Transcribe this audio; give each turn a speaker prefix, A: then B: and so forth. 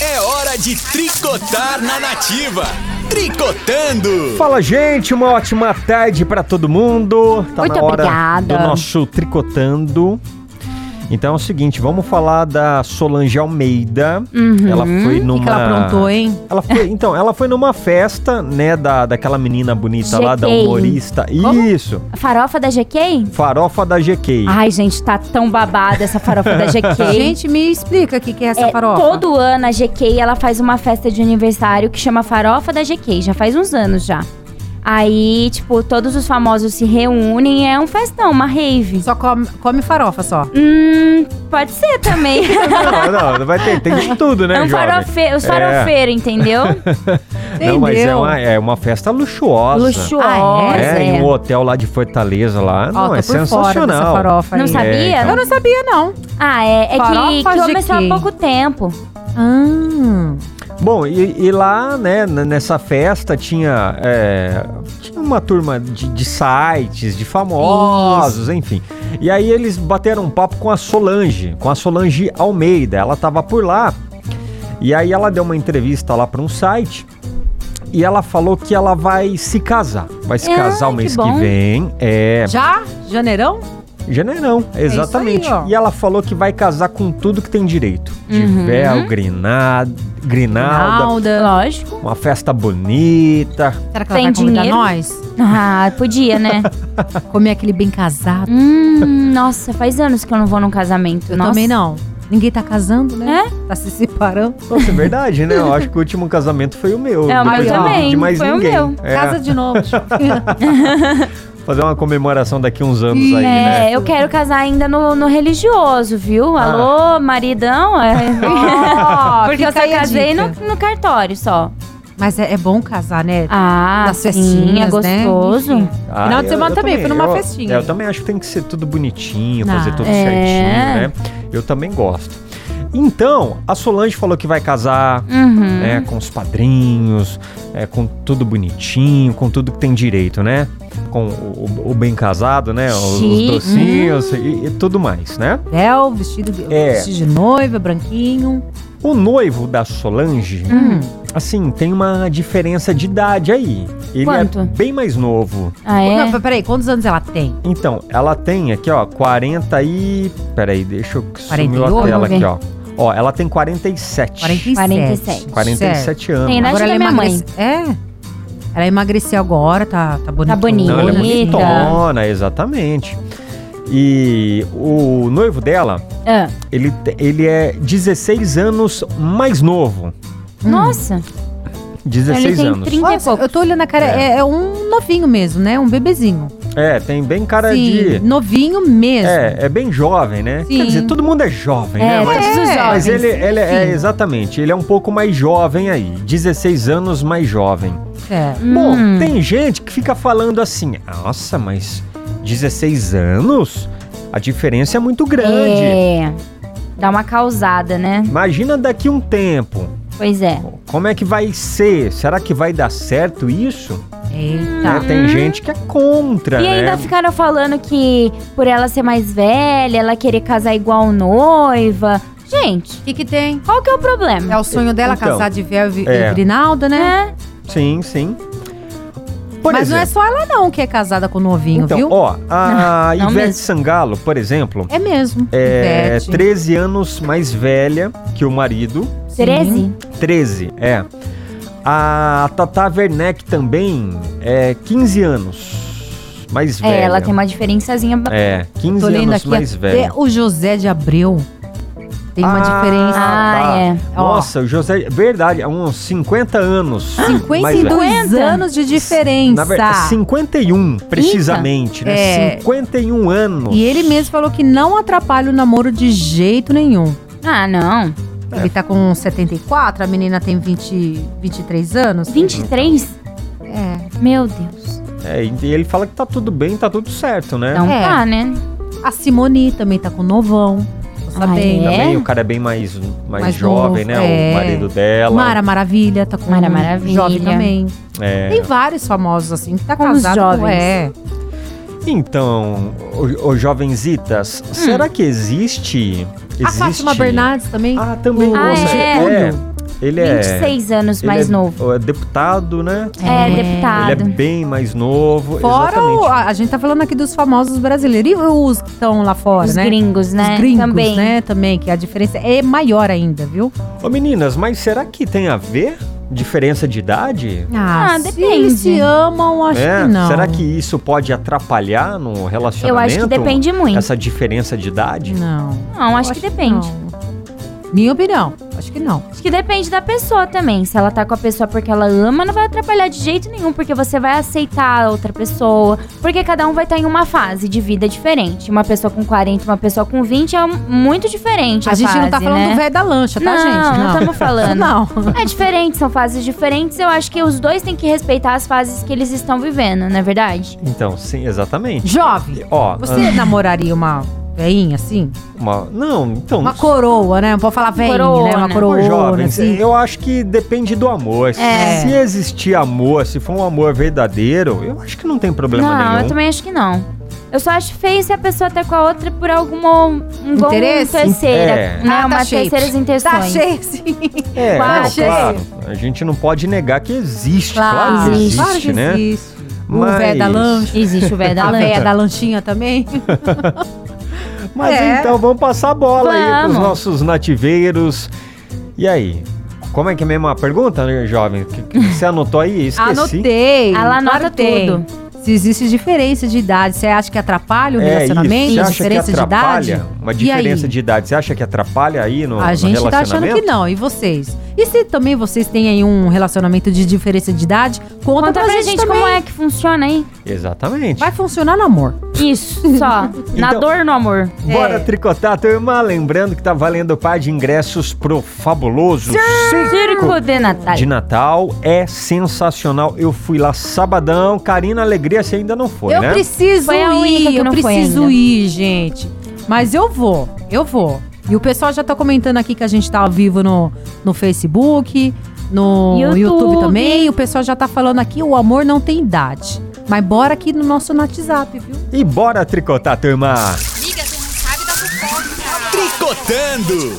A: É hora de tricotar na nativa. Tricotando!
B: Fala, gente, uma ótima tarde pra todo mundo. Tá
C: Muito
B: na hora
C: obrigada.
B: do nosso tricotando. Então é o seguinte, vamos falar da Solange Almeida. Ela foi
D: Uhum. O
B: numa
D: que, que ela aprontou, hein?
B: Ela foi, então, ela foi numa festa, né, da, daquela menina bonita lá, da
C: GK.
B: humorista. Isso.
C: A farofa da GK?
B: Farofa da GK.
D: Ah.
C: Ai, gente, tá tão babada essa farofa da GK.
D: Gente, me explica o que, que é essa
C: É,
D: farofa.
C: Todo ano a GK ela faz uma festa de aniversário que chama Farofa da GK, já faz uns anos já. Aí, tipo, todos os famosos se reúnem, é um festão, uma rave.
D: Só come, come farofa só.
C: Hum, pode ser também.
B: Não, não, vai ter, tem de tudo, né,
C: é um
B: jovem?
C: farofe, os
B: É.
C: farofeiros, entendeu?
B: Não, mas é
D: Entendeu?
B: uma, é uma festa luxuosa.
C: Luxuosa.
D: Ah,
B: É, em um hotel lá de Fortaleza lá.
D: Ó,
B: não,
D: tô
B: é
D: por fora dessa
B: sensacional.
D: farofa
C: Não
D: aí.
C: sabia?
B: então.
D: Eu não sabia, não.
C: Ah, é, é que,
D: Farofa
C: que começou há
D: GK.
C: pouco tempo.
D: Ah,
B: Bom, e, e lá, né, n- nessa festa tinha, é, tinha uma turma de, de sites, de famosos, enfim. E aí eles bateram um papo com a Solange, com a Solange Almeida. Ela tava por lá. E aí ela deu uma entrevista lá para um site. E ela falou que ela vai se casar. Vai se
C: Ah,
B: casar o
C: que
B: mês que,
C: bom.
B: vem. É,
D: já? Janeirão?
B: Janeirão, exatamente.
D: É isso aí, ó.
B: e ela falou que vai casar com tudo que tem direito. De
D: Uhum.
B: véu, grinada, grinalda,
C: Lógico.
B: uma festa bonita.
D: Será que ela
C: Tem
D: vai convidar
C: dinheiro?
D: nós?
C: Ah, podia, né?
D: Comer aquele bem casado?
C: hum, nossa, faz anos que eu não vou num casamento.
D: Eu
C: nossa. É?
D: também não. Ninguém tá casando, né? Tá se separando.
B: Nossa, é verdade, né? Eu acho que o último casamento foi o meu.
C: É, o
B: depois
C: meu
B: eu não
C: também,
B: pedi mais
C: foi o
B: ninguém.
C: meu.
B: É,
D: Casa de novo.
B: Fazer uma comemoração daqui uns anos aí, né?
C: É, eu quero casar ainda no, no religioso, viu?
B: Ah.
C: Alô, maridão? É.
D: Ó,
C: Porque eu
D: fica
C: só
D: aí a
C: casei no,
D: dica.
C: no cartório só.
D: Mas é, é bom casar, né?
C: Ah,
D: Nas
C: sim, é
D: festinhas, né?
C: gostoso.
D: Enfim.
B: Ah,
D: Final de
B: eu-
D: semana
B: eu
D: também, fui numa
B: eu-
D: festinha.
B: é, Eu também acho que tem que ser tudo bonitinho, fazer
D: Ah,
B: tudo
C: é.
B: certinho, né? Eu também gosto. Então, a Solange falou que vai casar,
C: Uhum.
B: né? Com os padrinhos, é, com tudo bonitinho, com tudo que tem direito, né? Com o, o- o bem casado, né? Os, os
C: Chique. Uhum.
B: docinhos e, e tudo mais, né?
D: Véu, vestido de,
B: É.
D: vestido de noiva, branquinho.
B: O noivo da Solange,
C: Hum.
B: assim, tem uma diferença de idade aí. Ele é
C: Quanto?
B: bem mais novo.
C: Ah, é?
D: Não, peraí, quantos anos ela tem?
B: Então, ela tem aqui, ó, 40 e. Peraí, deixa eu que sumiu
D: 48?
B: a tela
C: Vamos ver.
B: aqui, ó. Ó, ela tem 47.
D: 47.
C: 47.
B: 47
C: Tem
B: anos.
C: idade
D: Agora
C: da
D: ela
C: minha mãe.
D: emagrece. É. Ela emagreceu agora, tá, tá bonita.
C: bonita.
B: Não, ela é
C: bonita.
B: bonitona, exatamente. E o noivo dela,
C: Ah,
B: ele, te- ele é 16 anos mais novo.
D: Hum.
C: Nossa,
B: 16
C: Então, tem
B: anos.
C: 30 e pouco.
D: eu tô olhando a cara, é. é um novinho mesmo, né? Um bebezinho.
B: É, tem bem cara
D: Sim,
B: de.
D: novinho mesmo.
B: É, é bem jovem, né?
D: Sim.
B: Quer dizer, todo mundo é jovem, né?
C: É,
B: Mas-
C: todos os
B: Mas
D: É,
C: jovens.
B: ele, ele é,
D: Sim.
B: exatamente, ele é um pouco mais jovem aí, 16 anos mais jovem.
D: É.
B: Bom,
C: Hum.
B: tem gente que fica falando assim, nossa, mas 16 anos? A diferença é muito grande.
C: É. Dá uma causada, né?
B: Imagina daqui um tempo,
C: Pois é.
B: como é que vai ser? Será que vai dar certo isso?
D: Eita.
B: Né, Tem gente que é contra,
C: Tá. Uhum. E
B: né?
C: ainda ficaram falando que por ela ser mais velha, ela querer casar igual noiva. Gente,
D: O que, que tem?
C: qual que é o problema?
D: É o sonho dela
B: Então,
D: casar de véu e,
B: é.
D: e grinalda, né?
C: É,
B: Sim, sim. Por
D: Mas não é
B: exemplo,
D: só ela não que é casada com o novinho,
B: então,
D: viu?
B: ó, a
C: Não
B: Ivete
C: mesmo.
B: Sangalo, por exemplo,
D: É mesmo.
B: é
D: Ivete.
B: 13 anos mais velha que o marido.
D: Sim.
C: 13?
B: 13, é. A Tata Werneck também é 15 anos mais velha.
C: É, ela tem uma diferençazinha. ba-
B: É, 15
D: Tô lendo
B: anos
D: aqui
B: mais
D: até
B: velha.
D: o José de Abreu. Tem
B: Ah,
D: uma diferença.
C: Ah, é.
D: Ó.
B: Nossa, o José, verdade, é uns 50 anos.
D: Ah,
B: mais velho.
D: 52
C: 50?
D: anos de diferença.
B: Na verdade, 51, precisamente, né?
D: É.
B: 51 anos.
D: E ele mesmo falou que não atrapalha o namoro de jeito nenhum.
C: Ah, não.
B: É.
D: Ele tá com 74, a menina tem 20, 23 anos.
C: 23?
D: É.
C: Meu Deus.
B: É, e ele fala que tá tudo bem, tá tudo certo, né?
C: Então
D: É.
C: tá, né?
D: A Simone também tá com novão. Tô sabendo.
C: é?
B: Também o cara é bem mais, mais,
D: Mais
B: jovem,
D: novo,
B: né? O
D: é.
B: marido dela.
D: Mara Maravilha tá com
C: Mara Maravilha.
D: jovem também.
B: É.
D: Tem vários famosos assim que tá
C: Com os
D: casado com
C: jovens.
D: é.
B: Então, ô, ô, jovenzitas, será que existe, existe...
D: A Fátima Bernardes também.
B: Ah, também.
D: O
C: Ah,
B: nossa,
C: é?
B: é. Ele é.
C: 26 anos
B: ele
C: mais
B: é-
C: novo.
B: É deputado, né?
C: É,
D: É.
B: Ele é
C: deputado.
B: bem mais novo.
D: Fora o,
B: exatamente.
D: a, a gente tá falando aqui dos famosos brasileiros. E os que estão lá fora,
C: Os
D: né?
C: gringos, né?
D: Os gringos,
C: Também.
D: né? Também, que a diferença é maior ainda, viu?
B: Ô, meninas, mas será que tem a ver diferença de idade?
C: Ah,
D: se
C: depende.
D: eles se amam, acho
B: É,
D: que não.
B: Será que isso pode atrapalhar no relacionamento?
C: Eu acho que depende muito.
B: Essa diferença de idade?
D: Não.
C: Não, acho, que depende.
D: não. Minha opinião, acho que não.
C: Acho que depende da pessoa também. Se ela tá com a pessoa porque ela ama, não vai atrapalhar de jeito nenhum, porque você vai aceitar a outra pessoa. Porque cada um vai estar em uma fase de vida diferente. Uma pessoa com 40, uma pessoa com 20 é um- muito diferente.
D: A, gente não tá
C: fase,
D: falando
C: né?
D: do velho da lancha, tá,
C: Não,
D: gente?
C: não estamos falando.
D: Não.
C: É diferente, são fases diferentes. Eu acho que os dois têm que respeitar as fases que eles estão vivendo, não é verdade?
B: Então, sim, exatamente.
D: Jovem,
B: Ó, hum.
D: você namoraria uma veinha assim?
B: uma- não, então.
D: Uma coroa, né? Não pode falar veinha, né? Uma
C: Coroa,
D: coroa.
B: jovens,
D: assim.
B: eu acho que depende do amor.
C: É.
B: Se existir amor, se for um amor verdadeiro, eu acho que não tem problema
C: não,
B: nenhum.
C: eu também acho que não. Eu só acho feio se a pessoa tá com a outra por alguma um gol
D: Interesse?
C: terceira,
B: É.
C: né?
D: Ah, tá
C: uma
D: shape.
C: terceiras intenções.
D: Tá cheio, sim.
B: É,
C: Claro,
B: não,
D: achei.
B: claro. A gente não pode negar que existe, claro, que existe,
D: Claro que
B: né?
D: existe. O
B: Mas-
D: velho da lancha.
C: Existe o velho da
D: A
C: lã.
D: véia da lanchinha também.
B: Mas
D: É.
B: então vamos passar a bola aí pros
C: Vamos.
B: nossos nativeiros. E aí? Como é que é mesmo a pergunta, né, jovem? Que- que Você anotou aí? Esqueci.
D: Anotei.
C: Ela anota
D: claro que tem. Se existe diferença de idade, você acha que atrapalha o
B: É isso.
D: relacionamento?
B: Você acha que
D: diferença de
B: atrapalha?
D: idade?
B: Uma
D: E
B: diferença
D: aí?
B: de idade. Você acha que atrapalha aí no,
D: A
B: no
D: gente tá achando
B: relacionamento?
D: que não. E vocês? E se também vocês têm aí um relacionamento de diferença de idade, conta,
C: Conta pra, gente,
D: também.
C: como é que funciona, hein?
B: Exatamente.
D: é. Vai funcionar no amor.
C: Isso, só. Na
B: Então-
C: dor, no amor.
B: Bora
D: É.
B: tricotar, turma. Lembrando que tá valendo o par de ingressos pro fabuloso
C: Circo de
D: Tá
C: Natal.
B: de Natal. É sensacional. Eu fui lá sabadão. Karina Alegria, você ainda não foi,
D: eu
B: né?
D: preciso
C: Foi a única
D: ir,
C: que
D: eu
C: não foi
D: preciso
C: ainda.
D: ir, gente. Mas eu vou, eu vou. E o pessoal já tá comentando aqui que a gente tá ao vivo no, no Facebook, no
C: YouTube.
D: YouTube. também. O pessoal já tá falando aqui, o amor não tem idade. Mas bora aqui no nosso WhatsApp, viu?
B: E bora tricotar, turma.
A: Tricotando.